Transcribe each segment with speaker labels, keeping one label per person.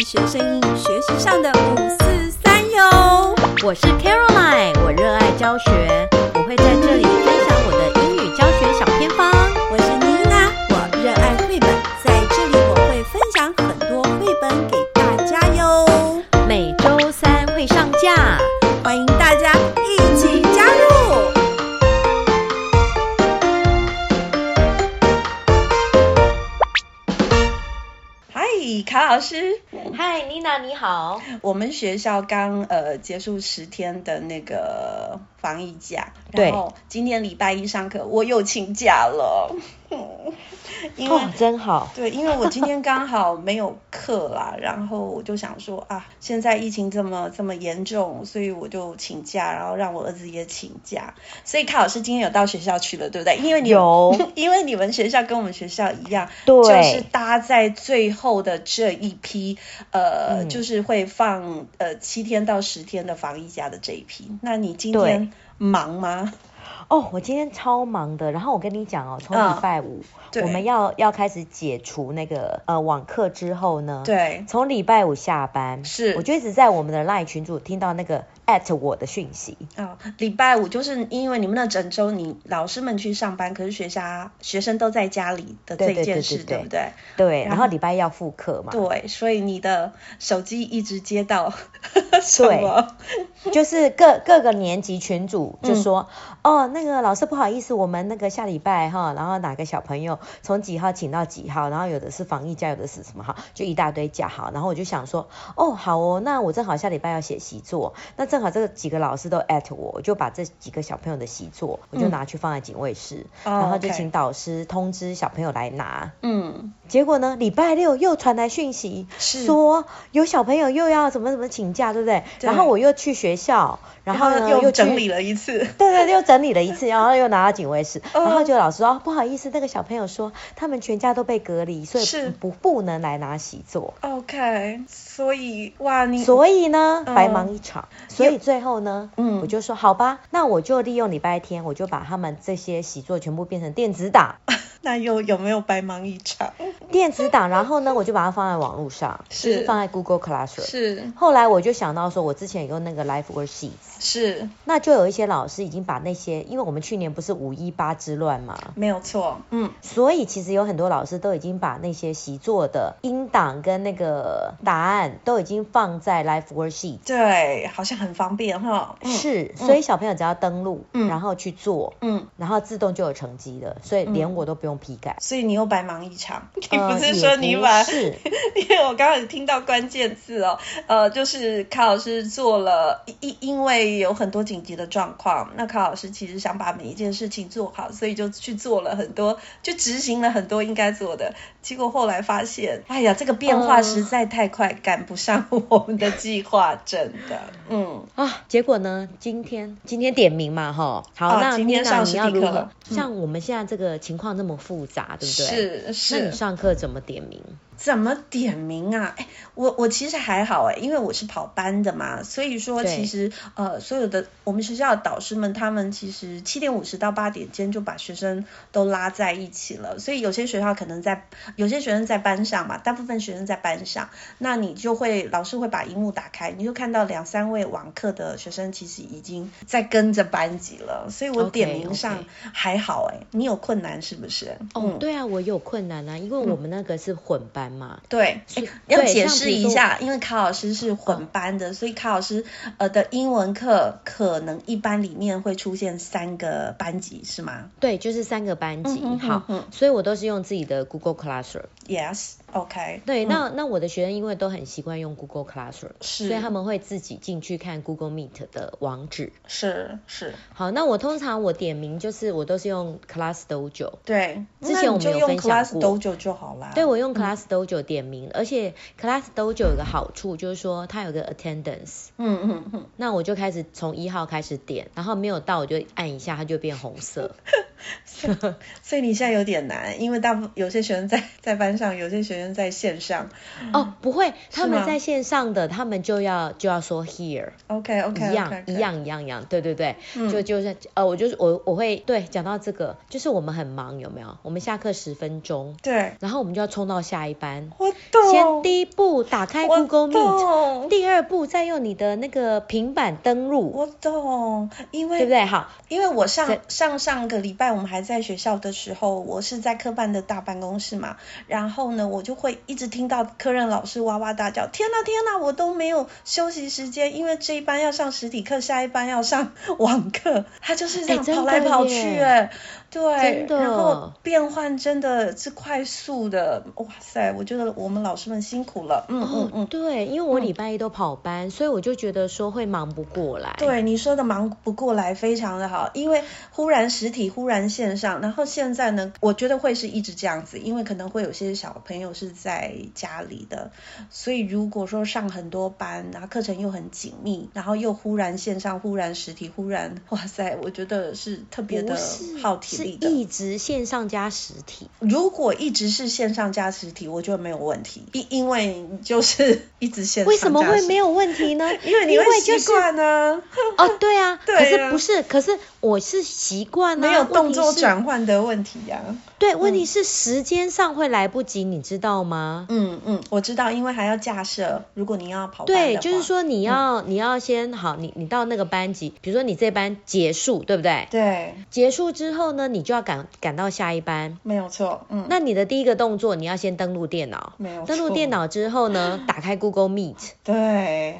Speaker 1: 医学生英语学习上的五四三哟。
Speaker 2: 我是 Caroline，我热爱教学，我会在这里分享我的英语教学小偏方。
Speaker 1: 我是妮娜，我热爱绘本，在这里我会分享很多绘本给大家哟，
Speaker 2: 每周三会上架。
Speaker 1: 欢迎大家一起加入。
Speaker 3: 嗨，卡老师，
Speaker 2: 嗨，妮娜你好。
Speaker 3: 我们学校刚呃结束十天的那个防疫假，
Speaker 2: 对
Speaker 3: 然后今天礼拜一上课我又请假了， 因为、
Speaker 2: 哦，真好。
Speaker 3: 对，因为我今天刚好没有课啦， 然后我就想说啊，现在疫情这么这么严重，所以我就请假，然后让我儿子也请假。所以卡老师今天有到学校去了，对不对？因为你
Speaker 2: 有，
Speaker 3: 因为你们学校跟我们学校一样，
Speaker 2: 对
Speaker 3: 就是搭在最后的这一批，呃，
Speaker 2: 嗯
Speaker 3: 就是会放呃七天到十天的防疫假的这一批。那你今
Speaker 2: 对
Speaker 3: 天忙吗？
Speaker 2: 哦，我今天超忙的。然后我跟你讲哦，从
Speaker 3: 嗯
Speaker 2: 礼拜五、
Speaker 3: 对
Speaker 2: 我们要要开始解除那个呃网课之后呢，，
Speaker 3: 对，
Speaker 2: 从礼拜五下班
Speaker 3: 是
Speaker 2: 我就一直在我们的 LINE 群组听到那个 at 我的讯息。
Speaker 3: 啊、礼拜五就是因为你们那整周你老师们去上班，可是学校学生都在家里的
Speaker 2: 对
Speaker 3: 这
Speaker 2: 对
Speaker 3: 一件
Speaker 2: 对
Speaker 3: 事，
Speaker 2: 对对
Speaker 3: 不对？
Speaker 2: 对，然
Speaker 3: 然
Speaker 2: 后
Speaker 3: 后
Speaker 2: 礼拜一要复课嘛，
Speaker 3: 对，所以你的手机一直接到 什么？
Speaker 2: 就是各各个年级群组就说，
Speaker 3: 嗯
Speaker 2: 哦，那个老师不好意思，我们那个下礼拜哈，然后哪个小朋友从几号请到几号，然后有的是防疫假，有的是什么号，就一大堆假号。然后我就想说，哦，好哦，那我正好下礼拜要写习作，那正好这个几个老师都 at 我，我就把这几个小朋友的习作，我就拿去放在警卫室，
Speaker 3: 嗯哦
Speaker 2: 然后就
Speaker 3: OK
Speaker 2: 请导师通知小朋友来拿。
Speaker 3: 嗯，
Speaker 2: 结果呢，礼拜六又传来讯息，
Speaker 3: 是
Speaker 2: 说有小朋友又要怎么怎么请假，对不对？
Speaker 3: 对
Speaker 2: 然后我又去学校，然后呢
Speaker 3: 又整
Speaker 2: 去
Speaker 3: 理了一次。
Speaker 2: 对对，对又整理了一次， 然后又拿到警卫室，
Speaker 3: 嗯
Speaker 2: 然后就老师说、哦不好意思，那个小朋友说他们全家都被隔离，所以
Speaker 3: 是
Speaker 2: 不不能来拿习作，
Speaker 3: OK，所以哇，你
Speaker 2: 所以呢、
Speaker 3: 嗯
Speaker 2: 白忙一场，所以最后呢，
Speaker 3: 嗯
Speaker 2: 我就说好吧，那我就利用礼拜天，我就把他们这些习作全部变成电子 档，
Speaker 3: 那又有没有白忙一场？
Speaker 2: 电子档，然后呢，我就把它放在网络上，
Speaker 3: 是
Speaker 2: 就是放在 Google Classroom。
Speaker 3: 是
Speaker 2: 后来我就想到说，我之前有用那个 Life Worksheets，
Speaker 3: 是，
Speaker 2: 那就有一些老师已经把那些，因为我们去年不是五一八之乱嘛，
Speaker 3: 没有错。嗯，
Speaker 2: 所以其实有很多老师都已经把那些习作的音档跟那个答案都已经放在 Life Worksheet。
Speaker 3: 对，好像很方便哈。嗯，
Speaker 2: 是，所以小朋友只要登录，
Speaker 3: 嗯
Speaker 2: 然后去做，
Speaker 3: 嗯，
Speaker 2: 然后自动就有成绩了，所以连我都不用批改。
Speaker 3: 所以你又白忙一场。你
Speaker 2: 呃
Speaker 3: 不
Speaker 2: 也
Speaker 3: 是说你
Speaker 2: 不
Speaker 3: 把
Speaker 2: 是
Speaker 3: 因为我刚刚有听到关键字哦，呃，就是卡老师做了，因因为有很多紧急的状况，那卡老师其实想把每一件事情做好，所以就去做了很多，就执行了很多应该做的。结果后来发现，哎呀，这个变化
Speaker 2: 呃
Speaker 3: 实在太快，赶不上我们的计划，真的，嗯。
Speaker 2: 啊，结果呢？今天今天点名嘛，哈，好，
Speaker 3: 啊
Speaker 2: 那
Speaker 3: 今天
Speaker 2: Nina，
Speaker 3: 上
Speaker 2: 你
Speaker 3: 实
Speaker 2: 要
Speaker 3: 体
Speaker 2: 如
Speaker 3: 课
Speaker 2: 何
Speaker 3: 了？嗯
Speaker 2: 像我们现在这个情况那么复杂，对不对？。
Speaker 3: 是是，
Speaker 2: 那你上课怎么点名？
Speaker 3: 怎么点名啊？哎，我我其实还好哎，因为我是跑班的嘛，所以说
Speaker 2: 对
Speaker 3: 其实呃，所有的我们学校的导师们，他们其实七点五十到八点间就把学生都拉在一起了，所以有些学校可能在有些学生在班上嘛，大部分学生在班上，那你就会老师会把荧幕打开，你就看到两三位网课的学生其实已经在跟着班级了，所以我
Speaker 2: OK，
Speaker 3: 点名
Speaker 2: OK
Speaker 3: 上还好哎，你有困难是不是？
Speaker 2: 哦，
Speaker 3: 嗯，
Speaker 2: 对啊，我有困难啊，因为我们那个是混班嘛。
Speaker 3: 对，
Speaker 2: 所以
Speaker 3: 要
Speaker 2: 对
Speaker 3: 解
Speaker 2: 像
Speaker 3: 释
Speaker 2: 比如
Speaker 3: 一
Speaker 2: 说
Speaker 3: 下，因为卡老师是混班的，所以卡老师呃的英文课可能一般里面会出现三个班级是吗
Speaker 2: 对，就是三个班级，
Speaker 3: 嗯哼
Speaker 2: 好、
Speaker 3: 嗯哼
Speaker 2: 所以我都是用自己的 Google Classroom。
Speaker 3: ？Yes，OK，、嗯
Speaker 2: 对，那那我的学生因为都很习惯用 Google Classroom，
Speaker 3: 是
Speaker 2: 所以他们会自己进去看 Google Meet 的网址。
Speaker 3: 是是，
Speaker 2: 好，那我通常我点名就是我都是用 Class Dojo。
Speaker 3: 对。
Speaker 2: 之
Speaker 3: 那
Speaker 2: 前我
Speaker 3: 你
Speaker 2: 们有
Speaker 3: 就用
Speaker 2: 分享
Speaker 3: Class
Speaker 2: 过
Speaker 3: Dojo 就好嗯啦。
Speaker 2: 对，我用 Class Dojo 点名，而且 Class Dojo 有个好处就是说它有个 attendance，
Speaker 3: 嗯嗯嗯，
Speaker 2: 那我就开始从一号开始点，然后没有到我就按一下，它就变红色。
Speaker 3: 所以你现在有点难，因为大部有些学生在在班上，有些学员在线上。
Speaker 2: 哦，不会，他
Speaker 3: 吗
Speaker 2: 们在线上的，他们就要就要说 here。
Speaker 3: OK OK
Speaker 2: 哦一样
Speaker 3: OK，
Speaker 2: 一样一样一样，对对对，
Speaker 3: 嗯
Speaker 2: 就就是呃，我就是我我会对讲到这个，就是我们很忙有没有？我们下课十分钟，
Speaker 3: 对，
Speaker 2: 然后我们就要冲到下一班。
Speaker 3: 我懂。
Speaker 2: 先第一步打开
Speaker 3: 我
Speaker 2: Google Meet，
Speaker 3: 懂
Speaker 2: 第二步再用你的那个平板登录，
Speaker 3: 我懂，因为
Speaker 2: 对不对？好，哦
Speaker 3: 因为我上上上个礼拜我们还在学校的时候，我是在科办的大办公室嘛，然后呢，我就会一直听到科任老师哇哇大叫，天呐天呐，我都没有休息时间，因为这一班要上实体课，下一班要上 网课，他就是这样
Speaker 2: 哎真的
Speaker 3: 跑来跑去、
Speaker 2: 耶
Speaker 3: 哎，对
Speaker 2: 真，的
Speaker 3: 然后变换真的是快速的，哇塞，我觉得我们老师们辛苦了，
Speaker 2: 哦
Speaker 3: 嗯嗯嗯。
Speaker 2: 对，因为我
Speaker 3: 嗯
Speaker 2: 礼拜一都跑班，所以我就觉得说会忙不过来。
Speaker 3: 对你说的忙不过来非常的好，因为忽然实体，忽然线上，然后现在呢，我觉得会是一直这样子，因为可能会有些小朋友是在家里的，所以如果说上很多班，然后课程又很紧密，然后又忽然线上，忽然实体，忽然，哇塞，我觉得是特别
Speaker 2: 不
Speaker 3: 的
Speaker 2: 是
Speaker 3: 耗体力
Speaker 2: 是
Speaker 3: 的。
Speaker 2: 一直线上加实体。
Speaker 3: 如果一直是线上加实体，我觉得没有问题，因因为就是 一直线上
Speaker 2: 为什么
Speaker 3: 加
Speaker 2: 会
Speaker 3: 实
Speaker 2: 没有问题呢？
Speaker 3: 体？ 因为你会
Speaker 2: 就
Speaker 3: 习
Speaker 2: 是
Speaker 3: 惯呢、
Speaker 2: 哦，对啊，
Speaker 3: 对
Speaker 2: 可是
Speaker 3: 啊
Speaker 2: 不是，可是我是习惯啊，
Speaker 3: 没有
Speaker 2: 问
Speaker 3: 动
Speaker 2: 题
Speaker 3: 作
Speaker 2: 是，
Speaker 3: 转换的问题啊呀、
Speaker 2: 对，问题是时间上会来不及，你知道吗？
Speaker 3: 嗯嗯，我知道，因为还要架设，如果你要跑班
Speaker 2: 对，
Speaker 3: 的
Speaker 2: 就是
Speaker 3: 话，
Speaker 2: 说你
Speaker 3: 嗯
Speaker 2: 要、你要先好，你你到那个班级，比如说你这班结束，对不对？
Speaker 3: 对，
Speaker 2: 结束之后呢，你就要赶赶到下一班。
Speaker 3: 没有错，嗯，
Speaker 2: 那你的第一个动作，你要先登录电脑。
Speaker 3: 没有错哦
Speaker 2: 登录电，脑之后呢，打开 Google Meet，
Speaker 3: 对，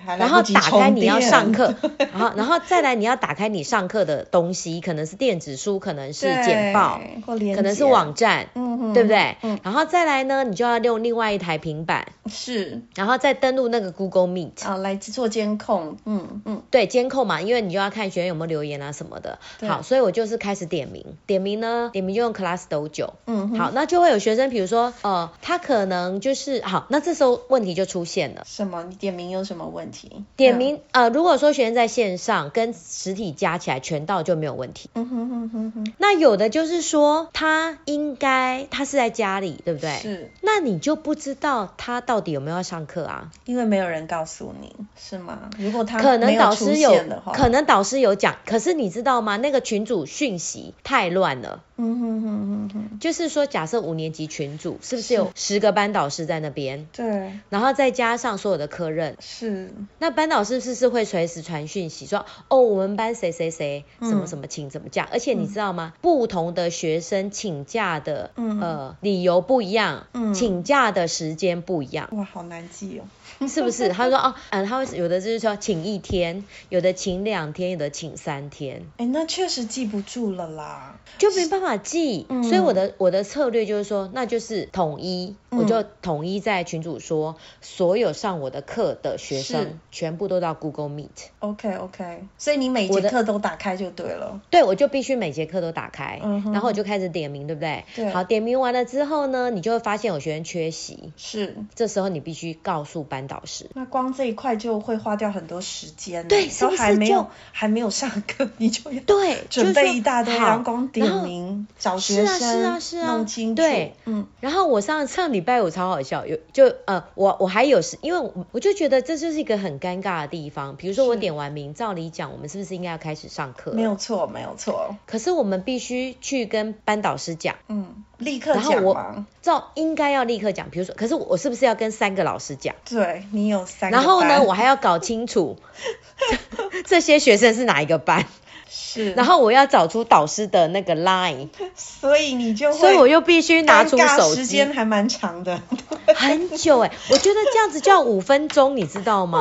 Speaker 3: 还来
Speaker 2: 然后
Speaker 3: 不及
Speaker 2: 打开
Speaker 3: 充
Speaker 2: 你要
Speaker 3: 电
Speaker 2: 上 课，然后然后再来你要打开你上课的东西，可能是电子书，可能是简报，
Speaker 3: 对或连
Speaker 2: 可能是
Speaker 3: 结
Speaker 2: 网，站，
Speaker 3: 嗯哼，
Speaker 2: 对不对？
Speaker 3: 嗯，
Speaker 2: 然后再来呢，你就要用另外一台平板，
Speaker 3: 是
Speaker 2: 然后再登录那个 Google Meet，、
Speaker 3: 啊，来做监控，嗯嗯，
Speaker 2: 对，监控嘛，因为你就要看学员有没有留言啊什么的。
Speaker 3: 对
Speaker 2: 好，所以我就是开始点名，点名呢，点名就用 Class Dojo。
Speaker 3: 嗯哼
Speaker 2: 好，那就会有学生，比如说，呃，他可能就是好，那这时候问题就出现了。
Speaker 3: 什么？你点名有什么问题？
Speaker 2: 点名，呃，如果说学生在线上跟实体加起来全到就没有问题。
Speaker 3: 嗯，嗯哼哼哼哼，
Speaker 2: 那有的就是说，他应该他是在家里，对不对？
Speaker 3: 是
Speaker 2: 那你就不知道他到底有没有要上课啊？
Speaker 3: 因为没有人告诉你，是吗？如果他
Speaker 2: 可能
Speaker 3: 没
Speaker 2: 导
Speaker 3: 出
Speaker 2: 师有
Speaker 3: 现的话，，
Speaker 2: 可能导师有讲，可是你知道吗？那个群主讯息太乱了。
Speaker 3: 嗯哼哼哼哼，
Speaker 2: 就是说，假设五年级群组是不是有十个班导师在那边，
Speaker 3: 对，
Speaker 2: 然后再加上所有的科任，
Speaker 3: 是，
Speaker 2: 那班导师是不是会随时传讯息说，哦，我们班谁谁谁
Speaker 3: 嗯
Speaker 2: 什么什么请怎么假？而且你知道吗？不同的学生请假的、
Speaker 3: 嗯
Speaker 2: 呃理由不一样，
Speaker 3: 嗯
Speaker 2: 请假的时间不一样。
Speaker 3: 哇，好难记哦。
Speaker 2: 是不 是？他说哦，嗯，他会有的就是说请一天，有的请两天，有的请三天，
Speaker 3: 哎，那确实记不住了啦。
Speaker 2: 就没办法记。
Speaker 3: 嗯
Speaker 2: 所以我的我的策略就是说，那就是统一，
Speaker 3: 嗯
Speaker 2: 我就统一在群主说，所有上我的课的学
Speaker 3: 是
Speaker 2: 生全部都到 Google Meet。
Speaker 3: OK OK，所以你每节
Speaker 2: 我的
Speaker 3: 课都打开就对了。
Speaker 2: 对，我就必须每节课都打开，
Speaker 3: 嗯哼
Speaker 2: 然后我就开始点名，对不对？
Speaker 3: 对
Speaker 2: 好，点名完了之后呢，你就会发现有学生缺席，
Speaker 3: 是，
Speaker 2: 这时候你必须告诉班导师。
Speaker 3: 那光这一块就会花掉很多时间呢。
Speaker 2: 对是
Speaker 3: 都
Speaker 2: 不是
Speaker 3: 还没有
Speaker 2: 就
Speaker 3: 还没有上课，你就要
Speaker 2: 对，就
Speaker 3: 准
Speaker 2: 是
Speaker 3: 备
Speaker 2: 说
Speaker 3: 一大堆，
Speaker 2: 好
Speaker 3: 然后光点
Speaker 2: 然后
Speaker 3: 名找
Speaker 2: 是
Speaker 3: 学
Speaker 2: 啊
Speaker 3: 生，
Speaker 2: 是啊是啊
Speaker 3: 弄清楚。
Speaker 2: 对，
Speaker 3: 嗯，
Speaker 2: 然后我上上礼拜我超好笑，有就呃我我还有是因为我我就觉得这就是一个很尴尬的地方。比如说我
Speaker 3: 是
Speaker 2: 点完名，照理讲我们是不是应该要开始上课？
Speaker 3: 没有，错，没有错。
Speaker 2: 可是我们必须去跟班导师讲，
Speaker 3: 嗯，立刻
Speaker 2: 然后
Speaker 3: 讲
Speaker 2: 我
Speaker 3: 嘛。
Speaker 2: 照应该要立刻讲。比如说，可是我是不是要跟三个老师讲？
Speaker 3: 对你有三个
Speaker 2: 然后呢，
Speaker 3: 班
Speaker 2: 我还要搞清楚 这这些学生是哪一个班，
Speaker 3: 是，
Speaker 2: 然后我要找出导师的那个 line，
Speaker 3: 所以你就会，
Speaker 2: 所以我又必须拿出
Speaker 3: 尴尬
Speaker 2: 手
Speaker 3: 时
Speaker 2: 机
Speaker 3: 间，还蛮长的。
Speaker 2: 很久哎、我觉得这样子就要五分钟，你知道吗？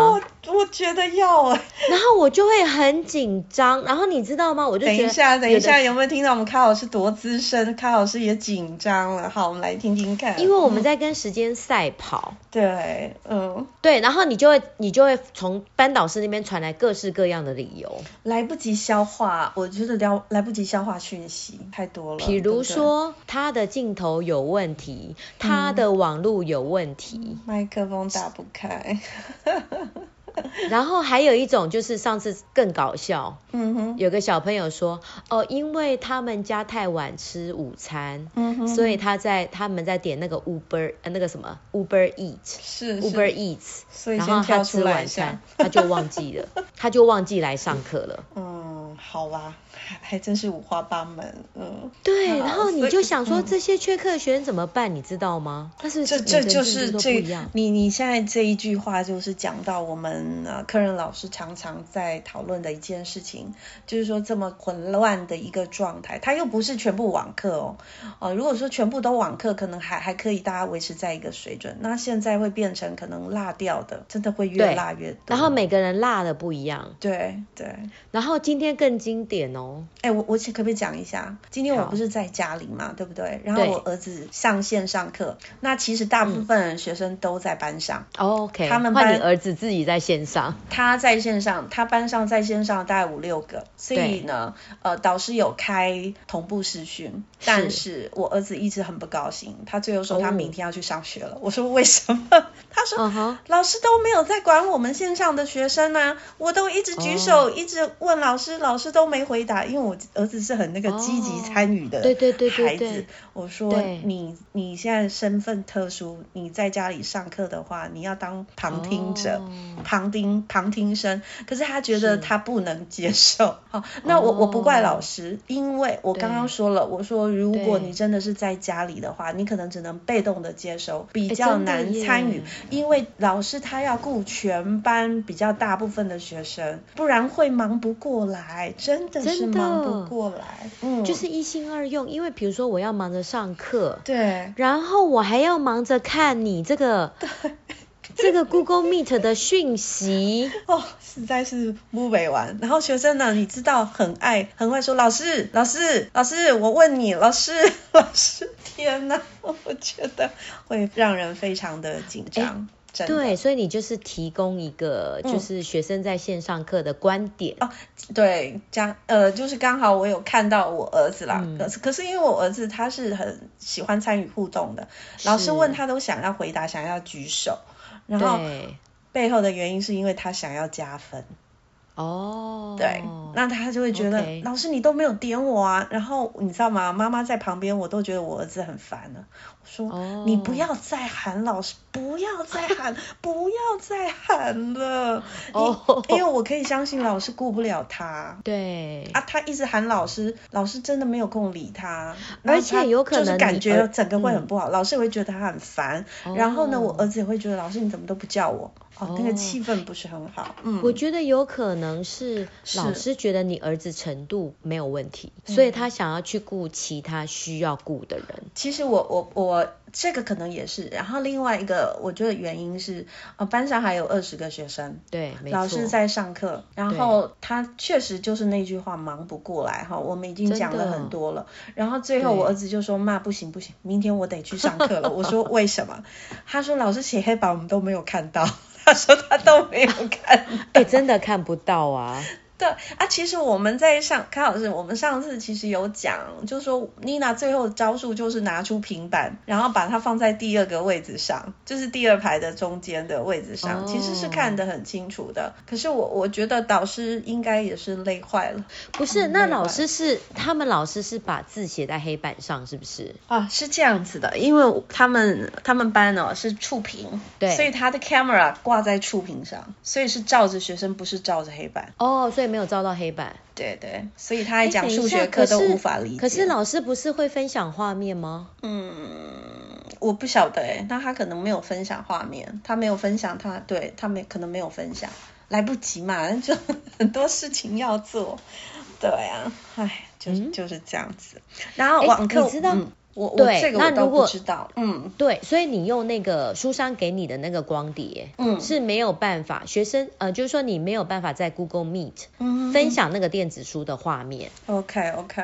Speaker 3: 我我觉得要哎。
Speaker 2: 然后我就会很紧张，然后你知道吗？我就
Speaker 3: 等
Speaker 2: 觉
Speaker 3: 一
Speaker 2: 得
Speaker 3: 下，等一下，
Speaker 2: 有
Speaker 3: 有没有听到我们卡老师多资深？卡老师也紧张了。好，我们来听听看。
Speaker 2: 的，因为我们在跟时间赛跑，
Speaker 3: 对，嗯，
Speaker 2: 对，然后你就会你就会从班导师那边传来各式各样的理由，
Speaker 3: 来不及消化，我觉得来来不及消化讯息太多了。
Speaker 2: 比
Speaker 3: 对
Speaker 2: 如
Speaker 3: 不对嗯
Speaker 2: 说他的镜头有问题，他的网络有问题，
Speaker 3: 麦克风打不开，
Speaker 2: 然后还有一种就是上次更搞笑，
Speaker 3: 嗯哼，
Speaker 2: 有个小朋友说，哦，因为他们家太晚吃午餐，
Speaker 3: 嗯哼，
Speaker 2: 所以他在他们在点那个 Uber 呃那个什么 Uber Eat。
Speaker 3: 是
Speaker 2: Uber E
Speaker 3: 是，
Speaker 2: Eats，
Speaker 3: 所以
Speaker 2: 然
Speaker 3: 先
Speaker 2: 后他
Speaker 3: 跳
Speaker 2: 吃
Speaker 3: 出来
Speaker 2: 晚
Speaker 3: 一下
Speaker 2: 餐，他就忘记 了，他就忘记来上课了。
Speaker 3: 嗯，好吧，还还真是五花八门，嗯，
Speaker 2: 对，
Speaker 3: 好
Speaker 2: 然后你
Speaker 3: 所以
Speaker 2: 就想说
Speaker 3: 嗯
Speaker 2: 这些缺课的学生怎么办，你知道吗？但是
Speaker 3: 这
Speaker 2: 每
Speaker 3: 这
Speaker 2: 个人
Speaker 3: 就
Speaker 2: 进
Speaker 3: 是
Speaker 2: 度都
Speaker 3: 这
Speaker 2: 不一样，
Speaker 3: 你你现在这一句话就是讲到我们呃客人老师常常在讨论的一件事情，就是说这么混乱的一个状态，它又不是全部网课哦，呃，如果说全部都网课，可能还还可以大家维持在一个水准，那现在会变成可能落掉的，真的会越
Speaker 2: 对
Speaker 3: 落越多。
Speaker 2: 然后哦每个人辣的不一样。
Speaker 3: 对对，
Speaker 2: 然后今天更经典哦，
Speaker 3: 哎，我我可不可以讲一下？今天我
Speaker 2: 好
Speaker 3: 不是在家里嘛，对不对？然后
Speaker 2: 对嗯
Speaker 3: 我儿子上线上课，那其实大部分学生都在班上。
Speaker 2: 哦 OK，
Speaker 3: 他们班
Speaker 2: 换你儿子自己在线上，
Speaker 3: 他在线上，他班上在线上大概五六个，所以呢，呃，导师有开同步视讯，但是我儿子一直很不高兴，他最后说
Speaker 2: 哦
Speaker 3: 他明天要去上学了。我说为什么？ 他说、
Speaker 2: 嗯哼，
Speaker 3: 老师都没有在管我们线上的学生啊，我都一直举
Speaker 2: 哦
Speaker 3: 手，一直问老师，老师都没回答，因为我儿子是很那个积极
Speaker 2: 哦
Speaker 3: 参与的、
Speaker 2: 对对对对
Speaker 3: 孩子
Speaker 2: 对，
Speaker 3: 我说
Speaker 2: 对
Speaker 3: 你你现在身份特殊，你在家里上课的话，你要当旁听者。
Speaker 2: 哦
Speaker 3: 旁听旁听生，可是他觉
Speaker 2: 是哦
Speaker 3: 得他不能接受。好，那我、我不怪老师，因为我刚刚
Speaker 2: 对
Speaker 3: 说了，我说如果
Speaker 2: 对
Speaker 3: 你真的是在家里的话，你可能只能被动的接收，比
Speaker 2: 诶
Speaker 3: 较
Speaker 2: 真的
Speaker 3: 难
Speaker 2: 耶
Speaker 3: 参与，因为老师他要顾全班比较大部分的学生，不然会忙不过来，真的是
Speaker 2: 真的
Speaker 3: 忙不过来。嗯，
Speaker 2: 就是一心二用，因为比如说我要忙着上课，
Speaker 3: 对。
Speaker 2: 然后我还要忙着看你这 个这个 Google Meet 的讯息，
Speaker 3: 哦，实在是不北完。然后学生呢，你知道很爱很会说老师，老师，老师，我问你，老师， 老师，天哪，我觉得会让人非常的紧张，真的。
Speaker 2: 哎对，所以你就是提供一个
Speaker 3: 嗯哦
Speaker 2: 就是学生在线上课的观点，
Speaker 3: 对，家呃，就是刚好我有看到我儿子啦，
Speaker 2: 嗯
Speaker 3: 可是可是因为我儿子他是很喜欢参与互动的，老师问
Speaker 2: 是
Speaker 3: 他都想要回答，想要举手，然后
Speaker 2: 对，
Speaker 3: 背后的原因是因为他想要加分。
Speaker 2: 哦，
Speaker 3: 对，那他就会觉得
Speaker 2: OK
Speaker 3: 老师你都没有点我啊，然后你知道吗？妈妈在旁边，我都觉得我儿子很烦了。我说、
Speaker 2: 哦
Speaker 3: 你不要再喊老师，不要再 喊，不要再喊了。
Speaker 2: 哦
Speaker 3: 因因为我可以相信老师顾不了他。
Speaker 2: 对
Speaker 3: 啊，他一直喊老师，老师真的没有空理他，
Speaker 2: 而
Speaker 3: 然后
Speaker 2: 且
Speaker 3: 他
Speaker 2: 有可
Speaker 3: 就
Speaker 2: 能
Speaker 3: 是
Speaker 2: 你
Speaker 3: 感觉
Speaker 2: 儿
Speaker 3: 整个会很
Speaker 2: 嗯
Speaker 3: 不好，老师也会觉得他很烦，然后呢，我
Speaker 2: 哦
Speaker 3: 儿子也会觉得老师你怎么都不叫我，哦，那个
Speaker 2: 哦
Speaker 3: 气氛不是很好，嗯，
Speaker 2: 我觉得有可能是老
Speaker 3: 是嗯
Speaker 2: 师觉得你儿子程度没有问题，所以他想要去顾其他需要顾的人。
Speaker 3: 其实我我我这个可能也是，然后另外一个我觉得原因是，呃，班上还有二十个学生，
Speaker 2: 对，没错。
Speaker 3: 老师在上课，然后他确实就是那句话忙不过来哈，我们已经
Speaker 2: 真的
Speaker 3: 讲了很多了，然后最后
Speaker 2: 对
Speaker 3: 我儿子就说妈不行不行，明天我得去上课了，我说为什么？他说老师写黑板我们都没有看到， 他说他都没有看到。
Speaker 2: 哎、真的看不到 啊。
Speaker 3: 对啊，其实我们在上，康老师，我们上次其实有讲，就是说妮娜最后的招数就是拿出平板，然后把它放在第二个位置上，就是第二排的中间的位置上，其实是
Speaker 2: 哦
Speaker 3: 看得很清楚的。可是我我觉得导师应该也是累坏了
Speaker 2: 不是，那
Speaker 3: 明白
Speaker 2: 老师是他们老师是把字写在黑板上，是不是？
Speaker 3: 啊，是这样子的，因为他们他们班哦是触屏，
Speaker 2: 对
Speaker 3: 所以他的 camera 挂在触屏上，所以是照着学生，不是照着黑板。
Speaker 2: 哦，所以没有照到黑板。
Speaker 3: 对对，所以他还讲
Speaker 2: 等一
Speaker 3: 数
Speaker 2: 下
Speaker 3: 学课都
Speaker 2: 可是
Speaker 3: 无法理解。嗯
Speaker 2: 可是老师不是会分享画面吗？
Speaker 3: 我不晓得哎、那他可能没有分享画面，他没有分享他，对他没可能没有分享，来不及嘛，就 很多事情要做，对啊，唉，就是、
Speaker 2: 嗯
Speaker 3: 就是这样子。然后
Speaker 2: 诶
Speaker 3: 网课，
Speaker 2: 你知道
Speaker 3: 嗯我我
Speaker 2: 对
Speaker 3: 这个
Speaker 2: 那
Speaker 3: 我倒
Speaker 2: 如
Speaker 3: 不
Speaker 2: 果
Speaker 3: 知道，嗯，
Speaker 2: 对，所以你用那个书商给你的那个光碟，
Speaker 3: 嗯
Speaker 2: 是没有办法，学生呃，就是说你没有办法在 Google Meet
Speaker 3: 嗯
Speaker 2: 分享那个电子书的画面，
Speaker 3: 哦，OK OK，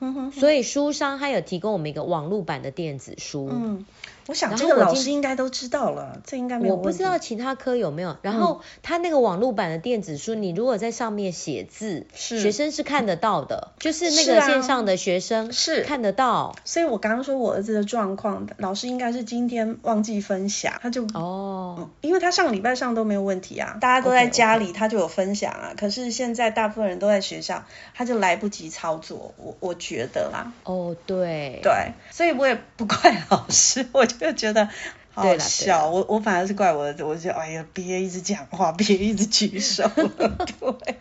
Speaker 3: 嗯哼，
Speaker 2: 所以书商它有提供我们一个网络版的电子书，
Speaker 3: 嗯，我想
Speaker 2: 然
Speaker 3: 这
Speaker 2: 后
Speaker 3: 个
Speaker 2: 我
Speaker 3: 老
Speaker 2: 今
Speaker 3: 师应该都知道了，这应该没有
Speaker 2: 我
Speaker 3: 问
Speaker 2: 不知
Speaker 3: 题嗯
Speaker 2: 道其他科有没有。然后他那个网络版的电子书，你如果在上面写字，
Speaker 3: 是
Speaker 2: 学生是看得到的，就是那
Speaker 3: 是
Speaker 2: 个
Speaker 3: 啊
Speaker 2: 线上的学生
Speaker 3: 是
Speaker 2: 看得到。
Speaker 3: 所以我刚刚说我儿子的状况，老师应该是今天忘记分享，他就
Speaker 2: 哦，
Speaker 3: 因为他上礼拜上都没有问题啊，大家都在
Speaker 2: OK，OK
Speaker 3: 家里，他就有分享啊。可是现在大部分人都在学校，他就来不及操作，我我觉得啦，
Speaker 2: 哦，对，
Speaker 3: 对，所以我也不怪老师， 我就觉得。好
Speaker 2: 对
Speaker 3: 好
Speaker 2: 啦
Speaker 3: 笑，我我反而是怪我儿子，我就哎呀，别一直讲话，别一直举手， 对。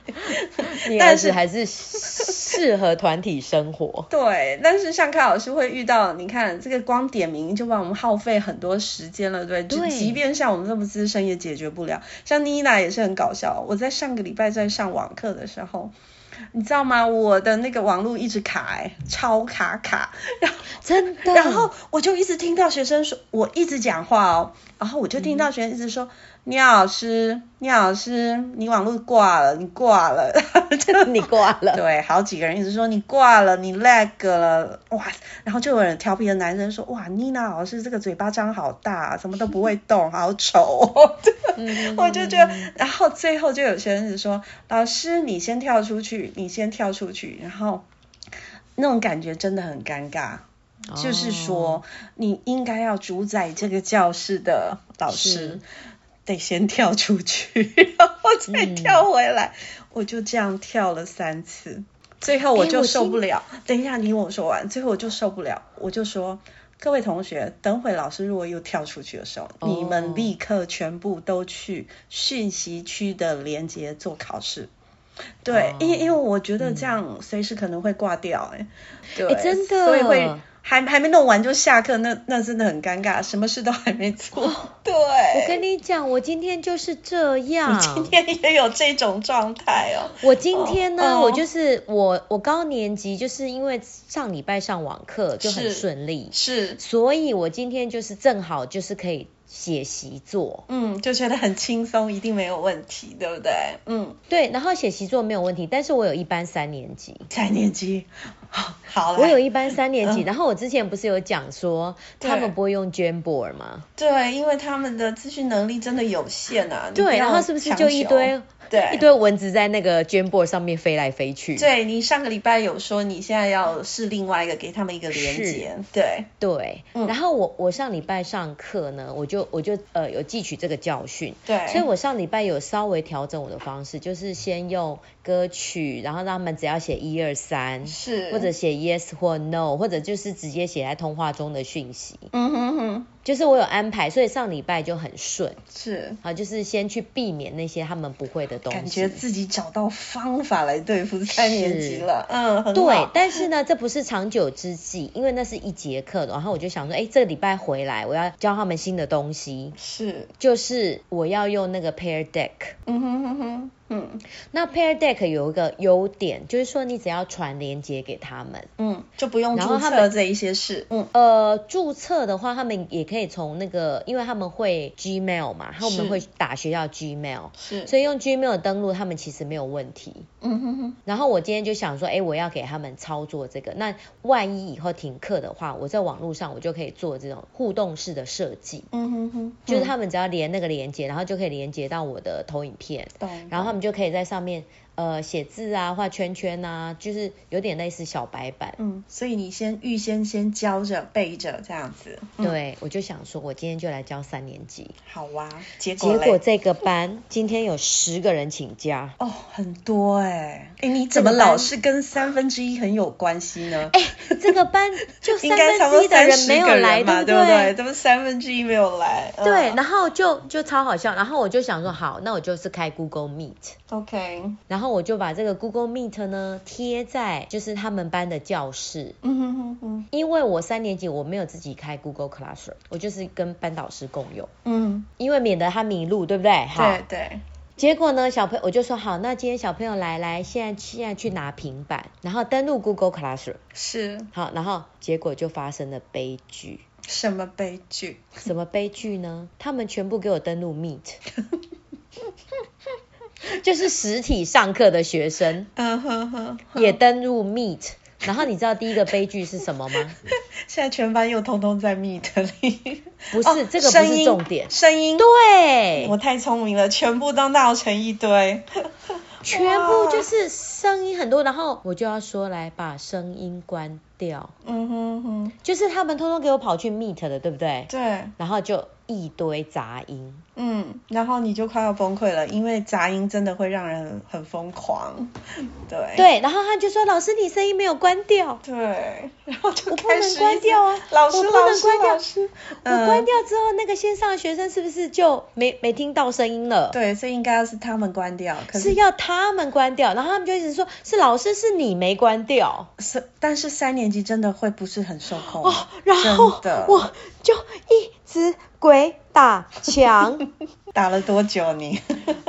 Speaker 2: 你
Speaker 3: 但
Speaker 2: 儿子
Speaker 3: 是
Speaker 2: 还是适合团体生活。
Speaker 3: 对，但是像开老师会遇到，你看这个光点名就把我们耗费很多时间了，对不
Speaker 2: 对
Speaker 3: 就即便像我们这么资深也解决不了。像妮娜也是很搞笑，我在上个礼拜在上网课的时候。你知道吗？我的那个网络一直卡、欸，超卡卡，然后
Speaker 2: 真的
Speaker 3: 然后我就一直听到学生说，我一直讲话哦，然后我就听到学生一直说，聂老师，聂老师，你网络挂了，你挂了，
Speaker 2: 你挂了，
Speaker 3: 对，好几个人一直说你挂了，你 lag 了，哇！然后就有人调皮的男生说，哇，妮娜老师这个嘴巴张好大，什么都不会动，好丑、哦。
Speaker 2: 嗯
Speaker 3: 我 就觉得，啊然后最后就有些人就说，老师你先跳出去，你先跳出去，然后那种感觉真的很尴尬。就是说，你应该要主宰这个教室的老
Speaker 2: 是
Speaker 3: 师，得先跳出去， 然后再跳回来。我就这样跳了三次，最后我
Speaker 2: 哎嗯
Speaker 3: 就
Speaker 2: 我
Speaker 3: 受
Speaker 2: 今
Speaker 3: 不了。等一下，你听我说完，最后我就受不了，我就说。各位同学，等会老师如果又跳出去的时候，你
Speaker 2: 哦
Speaker 3: 们立刻全部都去讯息区的连接做考试。对，因、
Speaker 2: 哦
Speaker 3: 因为我觉得这样随时可能会挂掉、哎、对、
Speaker 2: 哎真的
Speaker 3: 所以会还还没弄完就下课，那那真的很尴尬，什么事都还没做。
Speaker 2: 哦
Speaker 3: 对，
Speaker 2: 我跟你讲，我今天就是这样。
Speaker 3: 今天也有这种状态哦。
Speaker 2: 我今天呢，
Speaker 3: 哦
Speaker 2: 我就是我我高年级就是因为上礼拜上网课就很
Speaker 3: 是
Speaker 2: 顺利，
Speaker 3: 是，
Speaker 2: 所以我今天就是正好就是可以写习作，
Speaker 3: 嗯，就觉得很轻松，一定没有问题，对不对？嗯，
Speaker 2: 对，然后写习作没有问题，但是我有一班三年级。
Speaker 3: 三年级，嗯好好
Speaker 2: 我有
Speaker 3: 一
Speaker 2: 一班三年级，然后我之前不是有讲说他们不会用 Jamboard 吗？
Speaker 3: 对，啊因为他们的资讯能力真的有限啊。你不
Speaker 2: 对，
Speaker 3: 要
Speaker 2: 然后是不是
Speaker 3: 强
Speaker 2: 就一
Speaker 3: 求
Speaker 2: 堆
Speaker 3: 对
Speaker 2: 一堆蚊子在那个 Jamboard 上面飞来飞去？
Speaker 3: 对你上个礼拜有说你现在要试另外一个，给他们一个连
Speaker 2: 是
Speaker 3: 接，对，
Speaker 2: 对，
Speaker 3: 嗯
Speaker 2: 然后我我上礼拜上课呢，我就我就呃有汲取这个教训，
Speaker 3: 对
Speaker 2: 所以我上礼拜有稍微调整我的方式，就是先用歌曲，然后让他们只要写一二三，
Speaker 3: 是
Speaker 2: 或者写 yes 或 no，或者就是直接写在通话中的讯息，
Speaker 3: 嗯哼哼，
Speaker 2: 就是我有安排，所以上礼拜就很顺。
Speaker 3: 是
Speaker 2: 好，就是先去避免那些他们不会的东西。
Speaker 3: 感觉自己找到方法来对付三年级了，嗯，很
Speaker 2: 对
Speaker 3: 好，，
Speaker 2: 但是呢，这不是长久之计，因为那是一节课，然后我就想说，哎，这个礼拜回来我要教他们新的东西，
Speaker 3: 是，
Speaker 2: 就是我要用那个 Pair Deck。
Speaker 3: 嗯哼哼哼，嗯
Speaker 2: 那 Pair Deck 有一个优点，就是说你只要传连接给他们，
Speaker 3: 嗯，就不用
Speaker 2: 然后
Speaker 3: 注
Speaker 2: 他
Speaker 3: 册
Speaker 2: 们
Speaker 3: 这一些事，嗯，
Speaker 2: 呃，注册的话，他们也可以从那个，因为他们会 Gmail 嘛，他们
Speaker 3: 是
Speaker 2: 会打学校 Gmail，
Speaker 3: 是，
Speaker 2: 所以用 Gmail 登录他们其实没有问题。
Speaker 3: 嗯哼哼，
Speaker 2: 然后我今天就想说，哎，我要给他们操作这个。那万一以后停课的话，我在网络上我就可以做这种互动式的设计，
Speaker 3: 嗯哼哼，
Speaker 2: 就是他们只要连那个连接，然后就可以连接到我的投影片，
Speaker 3: 嗯懂，
Speaker 2: 然后他们就可以在上面呃写字啊、画圈圈啊，就是有点类似小白板。
Speaker 3: 嗯，所以你先预先先教着背着这样子，嗯，
Speaker 2: 对，我就想说，我今天就来教三年级。
Speaker 3: 好哇、结果
Speaker 2: 结
Speaker 3: 嘞
Speaker 2: 果这个班今天有十个人请假，
Speaker 3: 哦，很多哎、欸，哎，你怎么
Speaker 2: 这个班
Speaker 3: 老是跟三分之一很有关系呢？
Speaker 2: 哎， 这个班就
Speaker 3: 应
Speaker 2: 三
Speaker 3: 该差
Speaker 2: 分之一
Speaker 3: 不多
Speaker 2: 的
Speaker 3: 三
Speaker 2: 人
Speaker 3: 十
Speaker 2: 没有
Speaker 3: 个
Speaker 2: 来，
Speaker 3: 人嘛，
Speaker 2: 对
Speaker 3: 不
Speaker 2: 不
Speaker 3: 对？他们三分之一没有来。嗯
Speaker 2: 对，然后就就超好笑，然后我就想说，好，那我就是开 Google Meet，
Speaker 3: ，OK，
Speaker 2: 然后我就把这个 Google Meet 呢贴在就是他们班的教室，
Speaker 3: 嗯哼哼哼，
Speaker 2: 因为我三年级我没有自己开 Google Classroom，我就是跟班导师共用，
Speaker 3: 嗯，
Speaker 2: 因为免得他迷路，对不对？好
Speaker 3: 对，对，
Speaker 2: 结果呢，小朋友我就说好，那今天小朋友来来，现在现在去拿平板，然后登录 Google Classroom，
Speaker 3: 是
Speaker 2: 好，然后结果就发生了悲剧。
Speaker 3: 什么悲剧？
Speaker 2: 什么悲剧呢？他们全部给我登录 Meet，就是实体上课的学生
Speaker 3: 嗯哼哼，
Speaker 2: 也登录 Meet，然后你知道第一个悲剧是什么吗？
Speaker 3: 现在全班又通通在 Meet 里，
Speaker 2: 不是、
Speaker 3: 哦
Speaker 2: 这个不是重点，
Speaker 3: 声音，声音
Speaker 2: 对
Speaker 3: 我，太聪明了，全部都闹成一堆。
Speaker 2: 全部就是声音很多，然后我就要说来把声音关掉，
Speaker 3: 嗯哼哼，
Speaker 2: 就是他们通通给我跑去 meet 的，对不对？
Speaker 3: 对，
Speaker 2: 然后就一堆杂音，
Speaker 3: 嗯，然后你就快要崩溃了，因为杂音真的会让人很疯狂。对
Speaker 2: 对，然后他就说老师你声音没有关掉，
Speaker 3: 对，然后就
Speaker 2: 我不
Speaker 3: 开
Speaker 2: 能
Speaker 3: 始一
Speaker 2: 关
Speaker 3: 直
Speaker 2: 掉啊
Speaker 3: 老
Speaker 2: 我
Speaker 3: 师
Speaker 2: 不
Speaker 3: 老
Speaker 2: 能
Speaker 3: 师
Speaker 2: 关掉
Speaker 3: 老师，
Speaker 2: 我
Speaker 3: 嗯
Speaker 2: 关掉之后那个线上的学生是不是就没没听到声音了？
Speaker 3: 对，所以应该要是他们关掉，可
Speaker 2: 是
Speaker 3: 是
Speaker 2: 要他们关掉，然后他们就一直说是老师是你没关掉。
Speaker 3: 是，但是三年级真的会不是很受控，
Speaker 2: 哦，然后
Speaker 3: 真的
Speaker 2: 我就一直鬼打墙，
Speaker 3: 打了多久你？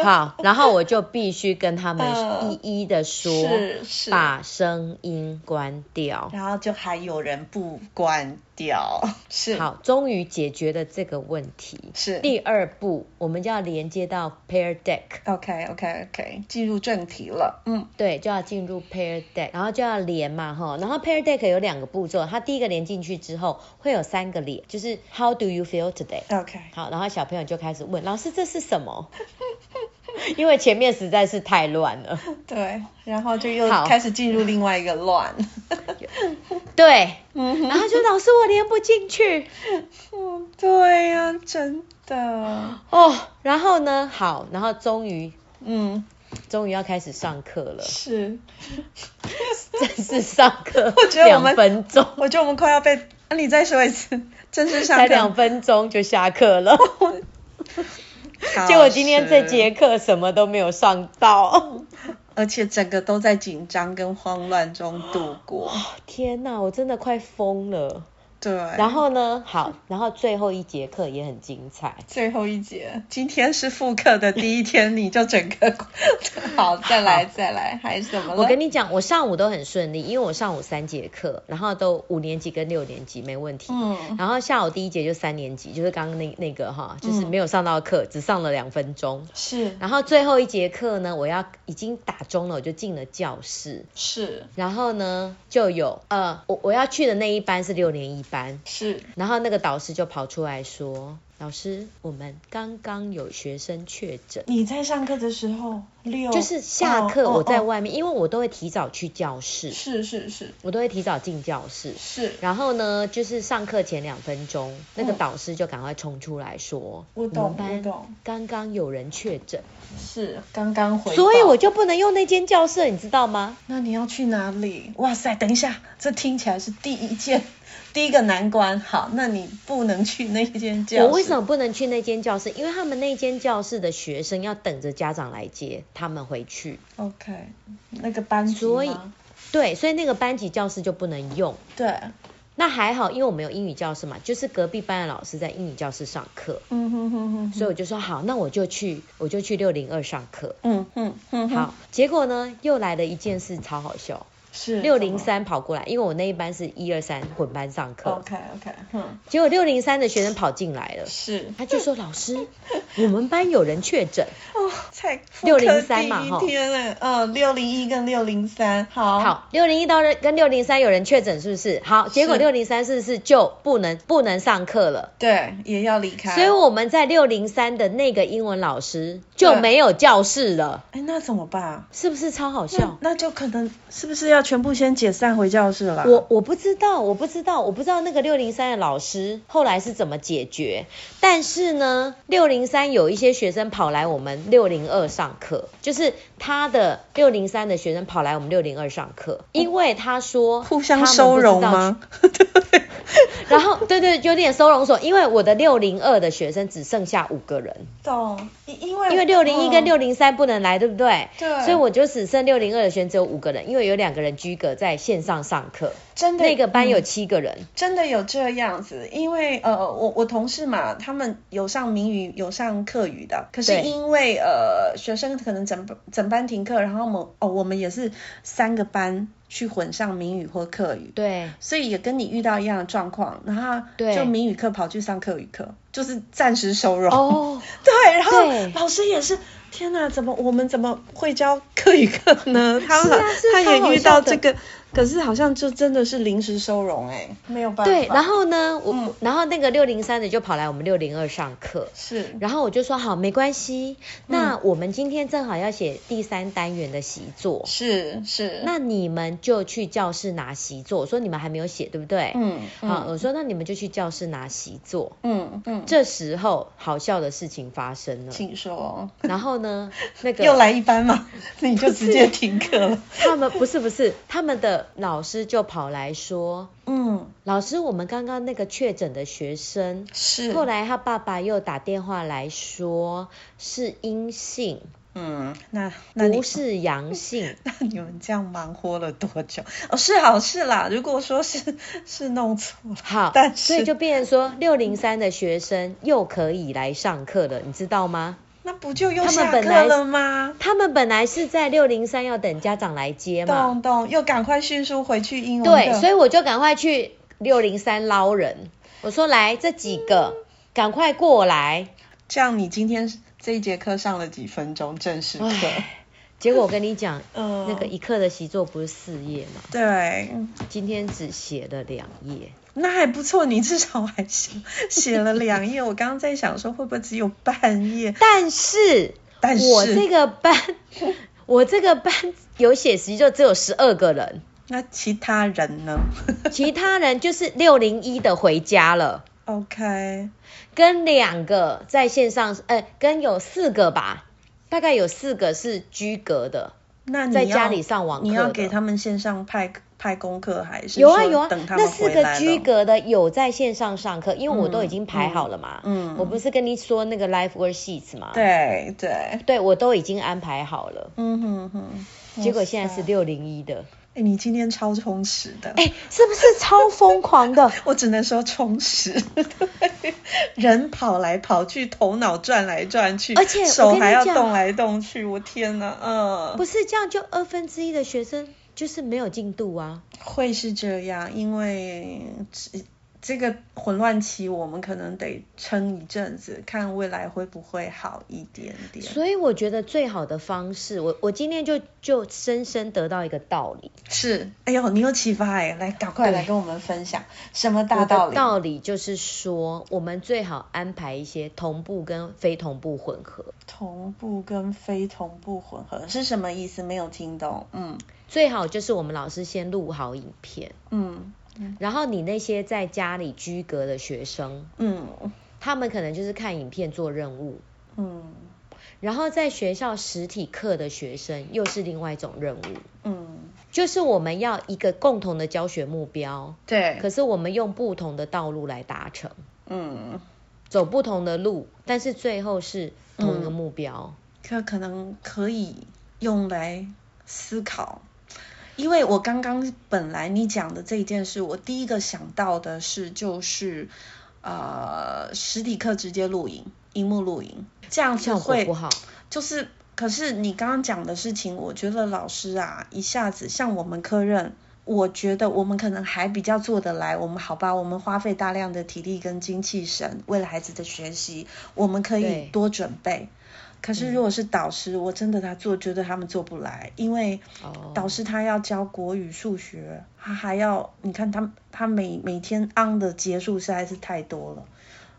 Speaker 2: 好，然后我就必须跟他
Speaker 3: 嗯
Speaker 2: 们一一的说，
Speaker 3: 是是
Speaker 2: 把声音关掉。
Speaker 3: 然后就还有人不关掉，是
Speaker 2: 好，终于解决了这个问题。
Speaker 3: 是
Speaker 2: 第二步，我们就要连接到 Pair Deck，
Speaker 3: OK OK OK，进入正题了，嗯
Speaker 2: 对，就要进入 Pair Deck，然后就要连嘛哈。然后 Pair Deck 有两个步骤，它第一个连进去之后会有三个连，就是 How do you feel today？
Speaker 3: ，OK，
Speaker 2: 好，然后小朋友就开始问老师这是什么，因为前面实在是太乱了。
Speaker 3: 对，然后就又
Speaker 2: 好
Speaker 3: 开始进入另外一个 乱，
Speaker 2: 对，
Speaker 3: 嗯
Speaker 2: 然后他说老师我连不进去
Speaker 3: 哼，对呀、真的，
Speaker 2: 哦。然后呢，好，然后终于
Speaker 3: 嗯，
Speaker 2: 终于要开始上课了，
Speaker 3: 是，
Speaker 2: 真是上课
Speaker 3: 我觉得我
Speaker 2: 两
Speaker 3: 们
Speaker 2: 分钟，
Speaker 3: 我觉得我们快要被，啊、你再说一次，正式上
Speaker 2: 才
Speaker 3: 课，
Speaker 2: 两分钟就下课了。
Speaker 3: 好
Speaker 2: 结果今天这
Speaker 3: 是
Speaker 2: 节课什么都没有上到，
Speaker 3: 而且整个都在紧张跟慌乱中度过。
Speaker 2: 哦天哪，我真的快疯了。
Speaker 3: 对，
Speaker 2: 然后呢，好，然后最后一节课也很精彩。
Speaker 3: 最后一节，今天是复课的第一天，你就整个 好，再来再来，还是怎么了？
Speaker 2: 我跟
Speaker 3: 你
Speaker 2: 你讲，我上午都很顺利，因为我上午三节课，然后都五年级跟六年级没问题。
Speaker 3: 嗯
Speaker 2: 然后下午第一节就三年级，就是刚刚那那个哈，就是没有上到课，只上了两分钟。
Speaker 3: 是
Speaker 2: 然后最后一节课呢，我要已经打钟了，我就进了教室。
Speaker 3: 是
Speaker 2: 然后呢，就有呃，我我要去的那一班是六年一班，
Speaker 3: 是，
Speaker 2: 然后那个导师就跑出来说：“老师，我们刚刚有学生确诊。”
Speaker 3: 你在上课的时候六
Speaker 2: 就是下课
Speaker 3: 哦
Speaker 2: 我在
Speaker 3: 哦
Speaker 2: 外面，因为我都会提早去教室
Speaker 3: 哦，是是是
Speaker 2: 我都会提早进教室。
Speaker 3: 是，
Speaker 2: 然后呢，就是上课前两分钟，那个
Speaker 3: 嗯
Speaker 2: 导师就赶快冲出来说：“
Speaker 3: 我
Speaker 2: 们
Speaker 3: 懂我
Speaker 2: 班
Speaker 3: 懂，
Speaker 2: 刚刚有人确诊，
Speaker 3: 是刚刚回报，
Speaker 2: 所以我就不能用那间教室，你知道吗？
Speaker 3: 那你要去哪里？哇塞，等一下，这听起来是第一件 第一个难关。好，那你不能去那间教室。
Speaker 2: 我为什么不能去那间教室？因为他们那间教室的学生要等着家长来接他们回去，
Speaker 3: ？OK，那个班级
Speaker 2: 所以
Speaker 3: 吗
Speaker 2: 对，所以那个班级教室就不能用。
Speaker 3: 对，
Speaker 2: 那还好，因为我们有英语教室嘛，就是隔壁班的老师在英语教室上课，
Speaker 3: 嗯哼哼哼，
Speaker 2: 所以我就说好，那我就去，我就去六零二上课。
Speaker 3: 嗯哼哼哼，
Speaker 2: 好，结果呢，又来了一件事，超好笑。
Speaker 3: 是
Speaker 2: 六零。三跑过来，因为我那一班是一二三混班上课
Speaker 3: OK OK，哼，
Speaker 2: 结果六零三的学生跑进来了，
Speaker 3: 是
Speaker 2: 他就说：“老 师，我们班有人确诊。
Speaker 3: 哦，才复
Speaker 2: 603嘛
Speaker 3: 课
Speaker 2: 吼
Speaker 3: 第一天呢，嗯，六零一跟六零三，”好，，
Speaker 2: 好，六零一到跟六零三有人确诊是不是？好，结果
Speaker 3: 是
Speaker 2: 六零三是不是就不能不能上课了？
Speaker 3: 对，也要离开，
Speaker 2: 所以我们在六零三的那个英文老师就
Speaker 3: 对
Speaker 2: 没有教室了，
Speaker 3: 哎，那怎么办？
Speaker 2: 是不是超好
Speaker 3: 那
Speaker 2: 笑？
Speaker 3: 那就可能是不是要全部先解散回教室了？
Speaker 2: 我我不知道，我不知道，我不知道那个六零三的老师后来是怎么解决。但是呢，六零三有一些学生跑来我们六零二上课，就是他的六零三的学生跑来我们六零二上课，因为他说
Speaker 3: 哦互相收容？ 吗？ 对，
Speaker 2: 然后哦对对，有点收容所，因为我的六零二的学生只剩下五个人，
Speaker 3: 懂，哦因因为嗯
Speaker 2: 因为六零一跟六
Speaker 3: 零
Speaker 2: 零三不能来，对不对？
Speaker 3: 对
Speaker 2: 所以我就只剩六零二的学生只有五个人，因为有两个人居隔在线上上课，
Speaker 3: 真的
Speaker 2: 那个班有
Speaker 3: 嗯
Speaker 2: 七个人。
Speaker 3: 真的有这样子，因为呃，我我同事嘛，他们有上民语，有上课语的，可是
Speaker 2: 对
Speaker 3: 因为呃，学生可能整整班停课，然后某哦，我们也是三个班去混上民语或课语，
Speaker 2: 对，
Speaker 3: 所以也跟你遇到一样的状况，然后
Speaker 2: 对
Speaker 3: 就民语课跑去上课语课，就是暂时收容。
Speaker 2: 哦，
Speaker 3: 对，然后
Speaker 2: 对
Speaker 3: 老师也是，天哪，怎么我们怎么会教课语课呢？他
Speaker 2: 是啊
Speaker 3: 们、
Speaker 2: 是
Speaker 3: 他
Speaker 2: 超
Speaker 3: 也
Speaker 2: 好
Speaker 3: 遇
Speaker 2: 笑
Speaker 3: 到
Speaker 2: 的
Speaker 3: 这个可是好像就真的是临时收容哎、没有办法。
Speaker 2: 对，然后呢，我、
Speaker 3: 嗯
Speaker 2: 然后那个六零三的就跑来我们六零二上课，
Speaker 3: 是嗯
Speaker 2: 然后我就说好，没关系，那我们今天正好要写第三单元的习作，
Speaker 3: 是是，
Speaker 2: 那你们就去教室拿习作。我说你们还没有写，对不对？
Speaker 3: 嗯
Speaker 2: 好，
Speaker 3: 嗯
Speaker 2: 我说那你们就去教室拿习作。
Speaker 3: 嗯嗯，
Speaker 2: 这时候好笑的事情发生了，
Speaker 3: 请说，
Speaker 2: 然后呢，那个
Speaker 3: 又来一班嘛， 你就直接停课了。
Speaker 2: 他们不是不是，他们的老师就跑来说，
Speaker 3: 嗯，
Speaker 2: 老师，我们刚刚那个确诊的学生，
Speaker 3: 是。
Speaker 2: 后来他爸爸又打电话来说是阴性，
Speaker 3: 嗯，那那你
Speaker 2: 不是阳性。
Speaker 3: 那你们这样忙活了多久？哦，是好事啦。如果说是 是弄错了，
Speaker 2: 好，
Speaker 3: 但
Speaker 2: 所以
Speaker 3: 是
Speaker 2: 就变成说，六零三的学生又可以来上课了，你知道吗？
Speaker 3: 那不就又
Speaker 2: 他们
Speaker 3: 下
Speaker 2: 本
Speaker 3: 课
Speaker 2: 来
Speaker 3: 了吗？
Speaker 2: 他们本来是在六零三要等家长来接嘛，
Speaker 3: 动动又赶快迅速回去英文
Speaker 2: 对，
Speaker 3: 课
Speaker 2: 所以我就赶快去六零三捞人，我说来这几个，赶快过来。
Speaker 3: 这样你今天这一节课上了几分钟正式课？
Speaker 2: 唉结果我跟你讲，
Speaker 3: 嗯
Speaker 2: 那个一课的习作不是四页嘛，
Speaker 3: 对，
Speaker 2: 今天只写了两页。
Speaker 3: 那还不错，你至少还写写了两 页。我刚刚在想说，会不会只有半页？
Speaker 2: 但是，
Speaker 3: 但是
Speaker 2: 我这个 班，我这个班有写习就只有十二个人，
Speaker 3: 那其他人呢
Speaker 2: 其他人就是六零一的回家了，
Speaker 3: 哦？OK，
Speaker 2: 跟两个在线上，呃，跟有四个吧，大概有四个是居格的。
Speaker 3: 那你
Speaker 2: 在
Speaker 3: 要
Speaker 2: 家里上网课
Speaker 3: 你要
Speaker 2: 的
Speaker 3: 给他们线上派派功课还是
Speaker 2: 有啊
Speaker 3: 说
Speaker 2: 有啊，
Speaker 3: 等他
Speaker 2: 那
Speaker 3: 们
Speaker 2: 四
Speaker 3: 回
Speaker 2: 个
Speaker 3: 来
Speaker 2: 居
Speaker 3: 了？
Speaker 2: 格的有在线上上课，因为我都已
Speaker 3: 嗯
Speaker 2: 经排好了嘛。
Speaker 3: 嗯嗯
Speaker 2: 我不是跟你说那个 life worksheets 吗？，
Speaker 3: 对对，
Speaker 2: 对我都已经安排好了。
Speaker 3: 嗯哼哼。
Speaker 2: 结果现在是
Speaker 3: 哇塞，
Speaker 2: 六零一的，
Speaker 3: 哎、你 今天超充实的。
Speaker 2: 哎、是不是超疯狂的？
Speaker 3: 我只能说 充实，人跑来跑去，头脑转来转去，
Speaker 2: 而且我跟
Speaker 3: 手还
Speaker 2: 你
Speaker 3: 要
Speaker 2: 讲
Speaker 3: 动来动去，我天哪，嗯，
Speaker 2: 不是这样，就二分之一的学生就是没有进度啊。
Speaker 3: 会是这样，因为这这个混乱期我们可能得撑一阵子，看未来会不会好一点点。
Speaker 2: 所以我觉得最好的方式，我我今天就就深深得到一个道理，
Speaker 3: 是，哎呦，你有启发哎，来，赶快来
Speaker 2: 对
Speaker 3: 跟我们分享什么大
Speaker 2: 我
Speaker 3: 道
Speaker 2: 的
Speaker 3: 理？
Speaker 2: 道理就是说，我们最好安排一些同步跟非同步混合。
Speaker 3: 同步跟非同步混合是什么意思？没有听懂，嗯
Speaker 2: 最好就是我们老师先录好影片，
Speaker 3: 嗯
Speaker 2: 然后你那些在家里居隔的学生，
Speaker 3: 嗯
Speaker 2: 他们可能就是看影片做任务，
Speaker 3: 嗯
Speaker 2: 然后在学校实体课的学生又是另外一种任务，
Speaker 3: 嗯，
Speaker 2: 就是我们要一个共同的教学目标，
Speaker 3: 对，
Speaker 2: 可是我们用不同的道路来达成，
Speaker 3: 嗯，
Speaker 2: 走不同的路，但是最后是同一个目标。
Speaker 3: 这可能可以用来思考，因为我刚刚本来你讲的这一件事，我第一个想到的是就是呃实体课直接录影，荧幕录影，这样子
Speaker 2: 效果
Speaker 3: 会
Speaker 2: 不好，
Speaker 3: 就是，可是你刚刚讲的事情，我觉得老师啊，一下子像我们科任，我觉得我们可能还比较做得来，我们好吧，我们花费大量的体力跟精气神，为了孩子的学习，我们可以
Speaker 2: 对
Speaker 3: 多准备。可是如果是导师，我真的他做觉得他们做不来，因为
Speaker 2: 哦
Speaker 3: 导师他要教国语、数学，他还要你看他他每每天 on 的结束实在是太多了。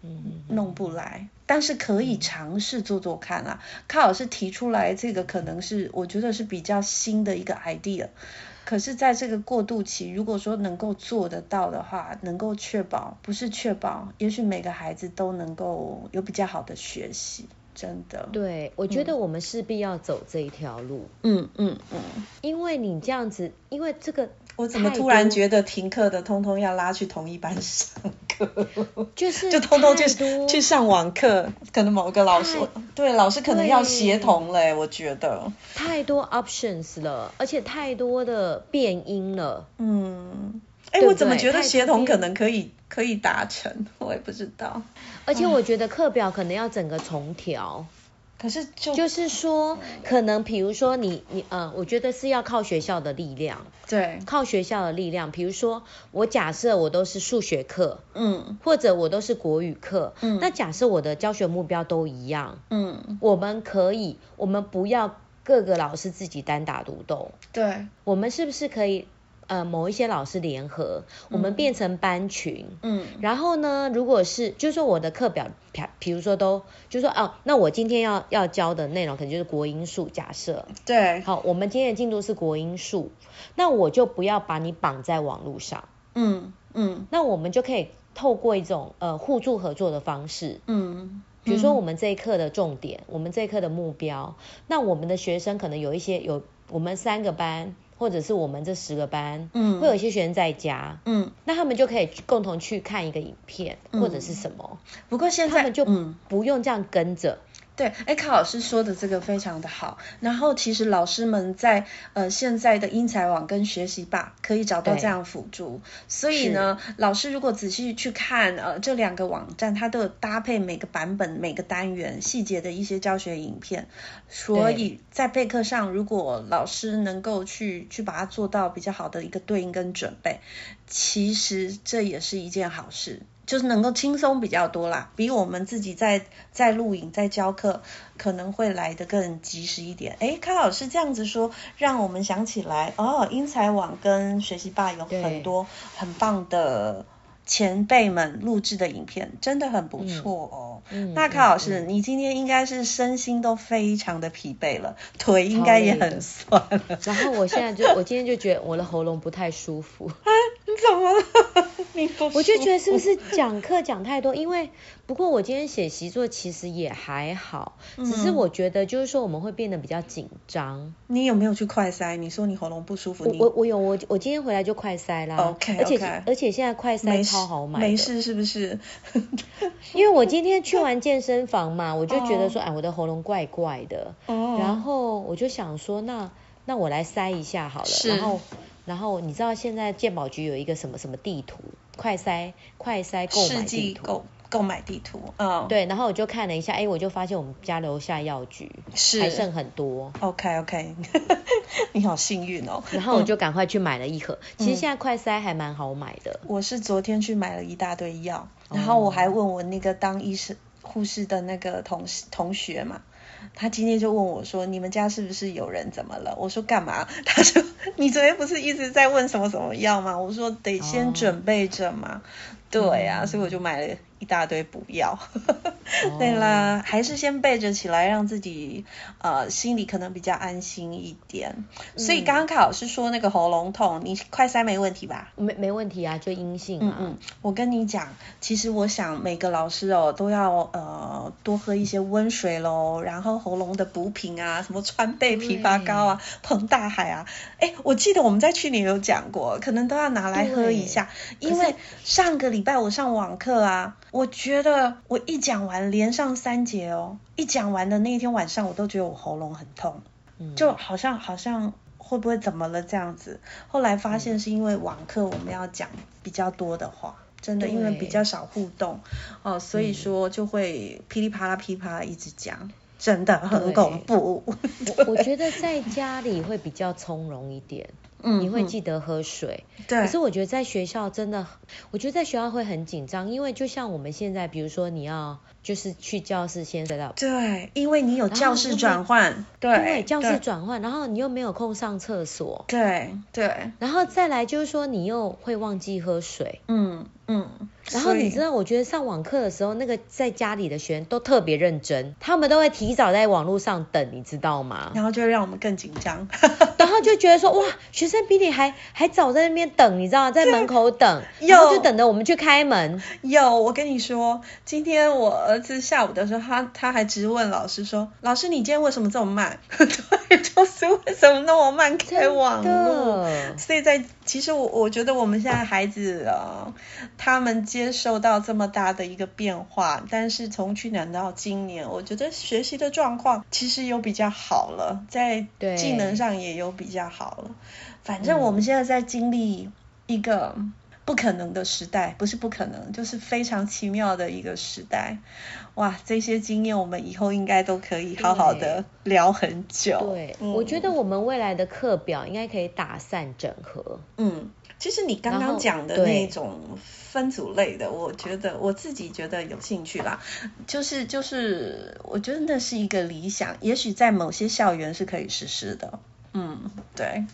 Speaker 2: 嗯，
Speaker 3: 弄不来，但是可以尝试做做看啊。卡老师提出来这个可能是我觉得是比较新的一个 idea，可是在这个过渡期，如果说能够做得到的话，能够确保不是确保，也许每个孩子都能够有比较好的学习，真的。，
Speaker 2: 对，我觉得我们势必要走这一条路，
Speaker 3: 嗯嗯嗯。
Speaker 2: 因为你这样子，因为这个
Speaker 3: 我怎么
Speaker 2: 太
Speaker 3: 突
Speaker 2: 多
Speaker 3: 然觉得停课的通通要拉去同一班上课？
Speaker 2: 就是
Speaker 3: 就通通
Speaker 2: 太
Speaker 3: 去
Speaker 2: 多
Speaker 3: 去上网课，可能某个老师
Speaker 2: 太，
Speaker 3: 对老师可能要协
Speaker 2: 对
Speaker 3: 同嘞，我觉得，
Speaker 2: 太多 options 了，而且太多的变音了。
Speaker 3: 嗯，哎，
Speaker 2: 对
Speaker 3: 我
Speaker 2: 不
Speaker 3: 怎么
Speaker 2: 对
Speaker 3: 觉得
Speaker 2: 太
Speaker 3: 协
Speaker 2: 多
Speaker 3: 同可
Speaker 2: 变
Speaker 3: 能可以可以达成？ 我也不知道。
Speaker 2: 而且我觉得课表可能要整个重调，
Speaker 3: 可是就
Speaker 2: 就是说，可能比如说你你呃，我觉得是要靠学校的力量，
Speaker 3: 对，
Speaker 2: 靠学校的力量。比如说，我假设我都是数学课，
Speaker 3: 嗯
Speaker 2: 或者我都是国语课，
Speaker 3: 嗯
Speaker 2: 那假设我的教学目标都一样，
Speaker 3: 嗯，
Speaker 2: 我们可以，我们不要各个老师自己单打独斗，
Speaker 3: 对，
Speaker 2: 我们是不是可以呃某一些老师联合，我们变成班群。
Speaker 3: 嗯
Speaker 2: 然后呢，如果是就是说我的课表，比比如说都就是说哦，那我今天要要教的内容可能就是国英数，假设
Speaker 3: 对，
Speaker 2: 好，我们今天的进度是国英数，那我就不要把你绑在网络上，
Speaker 3: 嗯嗯
Speaker 2: 那我们就可以透过一种呃互助合作的方式，
Speaker 3: 嗯，
Speaker 2: 比如说我们这一课的重点，我们这一课的目标，那我们的学生可能有一些有我们三个班，或者是我们这十个班，
Speaker 3: 嗯
Speaker 2: 会有一些学生在家，
Speaker 3: 嗯，
Speaker 2: 那他们就可以共同去看一个影片、或者是什么，
Speaker 3: 不过现在
Speaker 2: 他们就
Speaker 3: 嗯。
Speaker 2: 不用这样跟着。
Speaker 3: 对，哎，卡老师说的这个非常的好。然后其实老师们在呃现在的英才网跟学习吧可以找到
Speaker 2: 对
Speaker 3: 这样辅助，所以呢，老师如果仔细去看呃这两个网站，它都有搭配每个版本、每个单元细节的一些教学影片，所
Speaker 2: 对
Speaker 3: 以在备课上，如果老师能够去去把它做到比较好的一个对应跟准备，其实这也是一件好事，就是能够轻松比较多啦，比我们自己在在录影、在教课可能会来得更及时一点。诶，康老师这样子说，让我们想起来哦，英才网跟学习吧有
Speaker 2: 对
Speaker 3: 很多很棒的前辈们录制的影片，真的很不错哦。
Speaker 2: 嗯
Speaker 3: 那康老师，
Speaker 2: 嗯嗯
Speaker 3: 你今天应该是身心都非常的疲惫了，腿应该
Speaker 2: 超
Speaker 3: 也
Speaker 2: 累的
Speaker 3: 很酸了，
Speaker 2: 然后我现在就，我今天就觉得我的喉咙不太舒服，
Speaker 3: 你怎么了？ 你不
Speaker 2: 我就觉得
Speaker 3: 舒
Speaker 2: 是不是讲课讲太多？因为不过我今天写习作其实也还好，只是
Speaker 3: 嗯
Speaker 2: 我觉得就是说我们会变得比较紧张。
Speaker 3: 你有没有去快筛？你说你喉咙不舒服，
Speaker 2: 我
Speaker 3: 你
Speaker 2: 我我有我我今天回来就快塞啦
Speaker 3: 嗯 OK，
Speaker 2: 而且
Speaker 3: OK
Speaker 2: 而且现在快塞
Speaker 3: 没
Speaker 2: 超
Speaker 3: 事
Speaker 2: 好买的
Speaker 3: 没事是不是？
Speaker 2: 因为我今天去完健身房嘛，我就觉
Speaker 3: 哦
Speaker 2: 得说，哎，我的喉咙怪怪的，
Speaker 3: 哦
Speaker 2: 然后我就想说，那那我来塞一下好了，
Speaker 3: 是
Speaker 2: 然后然后你知道现在健保局有一个什么什么地图，快塞快塞 购
Speaker 3: 世
Speaker 2: 买地
Speaker 3: 纪
Speaker 2: 图。
Speaker 3: 购购买地图，嗯，，
Speaker 2: 对，然后我就看了一下，哎，我就发现我们家楼下药局
Speaker 3: 是哦
Speaker 2: 还剩很多，
Speaker 3: OK OK，你好幸运哦。
Speaker 2: 然后我就赶快去买了一盒。其
Speaker 3: 嗯
Speaker 2: 实现在快塞还蛮好买的，
Speaker 3: 我是昨天去买了一大堆药，然后我还问我那个当医生护士的那个同事同学嘛，他今天就问我说：“你们家是不是有人怎么了？”我说：“干嘛？” 他说：“你昨天不是一直在问什么什么药吗？”我说：“得先
Speaker 2: 哦
Speaker 3: 准备着嘛。对呀、所以我就买了一大堆补药。 对啦，还是先备着起来，让自己呃心里可能比较安心一点。所以刚刚卡老师说那个喉咙痛，你快塞没问题吧？
Speaker 2: 没没问题啊，就阴性
Speaker 3: 嗯
Speaker 2: 啊。
Speaker 3: 嗯，我跟你讲，其实我想每个老师哦都要呃多喝一些温水喽，然后喉咙的补品啊，什么川贝枇杷膏啊、彭大海啊，哎，我记得我们在去年有讲过，可能都要拿来喝一下，因为上个礼拜我上网课啊，我觉得我一讲完连上三节哦，一讲完的那一天晚上，我都觉得我喉咙很痛。
Speaker 2: 嗯
Speaker 3: 就好像好像会不会怎么了这样子。后来发
Speaker 2: 嗯
Speaker 3: 现是因为网课我们要讲比较多的话，真的因为
Speaker 2: 对嗯
Speaker 3: 比较少互动哦，所以说就会噼里啪啦噼里啪啦一直讲，真的很
Speaker 2: 对
Speaker 3: 恐怖。
Speaker 2: 我我觉得在家里会比较从容一点，
Speaker 3: 嗯
Speaker 2: 你会
Speaker 3: 嗯
Speaker 2: 记得喝水。
Speaker 3: 对
Speaker 2: 可是我觉得在学校真的，我觉得在学校会很紧张，因为就像我们现在，比如说你要就是去教室先睡到。
Speaker 3: 对，因为你有教
Speaker 2: 后
Speaker 3: 室
Speaker 2: 后面
Speaker 3: 转换，对
Speaker 2: 对，教室
Speaker 3: 对
Speaker 2: 转换，然后你又没有空上厕所，
Speaker 3: 对对，
Speaker 2: 然后再来就是说你又会忘记喝水，
Speaker 3: 嗯嗯。
Speaker 2: 然后
Speaker 3: 所以
Speaker 2: 你知道，我觉得上网课的时候，那个在家里的学员都特别认真，他们都会提早在网络上等，你知道吗？
Speaker 3: 然后就会让我们更紧张。
Speaker 2: 然后就觉得说，哇，学生比你还还早在那边等，你知道吗，在门口等，
Speaker 3: 有
Speaker 2: 然后就等着我们去开门。
Speaker 3: 有，我跟你说，今天我儿子下午的时候，他他还直问老师说：“老师，你今天为什么这么慢？” 对，就是为什么那么慢开网络？
Speaker 2: 的
Speaker 3: 所以在其实我我觉得我们现在孩子啊、呃他们接受到这么大的一个变化，但是从去年到今年，我觉得学习的状况其实有比较好了，在
Speaker 2: 对
Speaker 3: 技能上也有比较好了。反正我们现在在经历一个不可能的时代，不是不可能，就是非常奇妙的一个时代。哇，这些经验我们以后应该都可以好好的聊很久。
Speaker 2: 对，
Speaker 3: 嗯
Speaker 2: 我觉得我们未来的课表应该可以打散整合。
Speaker 3: 嗯，其实你刚
Speaker 2: 然
Speaker 3: 刚
Speaker 2: 后
Speaker 3: 讲的
Speaker 2: 对
Speaker 3: 那种分组类的，我觉得我自己觉得有兴趣啦。就是就是，我觉得那是一个理想，也许在某些校园是可以实施的。嗯，对，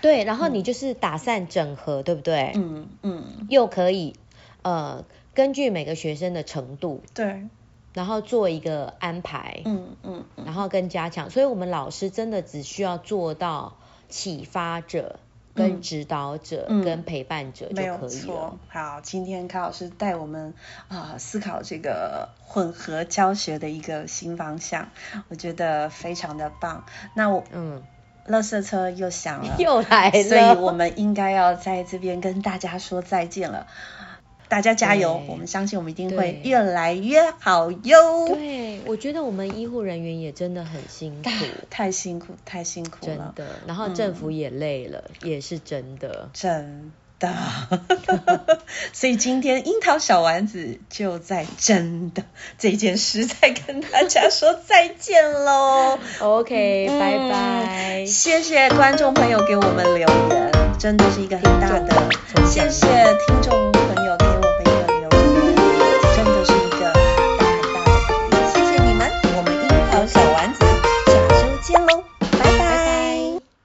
Speaker 2: 对，然后你就是打散整合，对不对？
Speaker 3: 嗯嗯，
Speaker 2: 又可以呃根据每个学生的程度，
Speaker 3: 对，
Speaker 2: 然后做一个安排，
Speaker 3: 嗯嗯嗯，
Speaker 2: 然后跟加强。所以我们老师真的只需要做到启发者、跟
Speaker 3: 嗯
Speaker 2: 指导者、
Speaker 3: 嗯
Speaker 2: 跟陪伴者就
Speaker 3: 没有
Speaker 2: 可以
Speaker 3: 错
Speaker 2: 了。。
Speaker 3: 好，今天卡老师带我们啊、思考这个混合教学的一个新方向，我觉得非常的棒。那我
Speaker 2: 嗯，
Speaker 3: 乐色车又响了，
Speaker 2: 又来了，
Speaker 3: 所以我们应该要在这边跟大家说再见了。大家加油！
Speaker 2: 对
Speaker 3: 我们相信我们一定会
Speaker 2: 对
Speaker 3: 越来越好哟。
Speaker 2: 对，我觉得我们医护人员也真的很 辛苦，
Speaker 3: 太辛苦，太辛苦
Speaker 2: 真
Speaker 3: 了，
Speaker 2: 的。然后政府也累了，也是真的。
Speaker 3: 真的。 所以今天樱桃小丸子就在真的这件事在跟大家说再见喽。
Speaker 2: OK，、
Speaker 3: 嗯
Speaker 2: 拜拜。
Speaker 3: 谢谢观众朋友给我们留言，真的是一个很大的
Speaker 2: 听众，
Speaker 3: 谢谢听众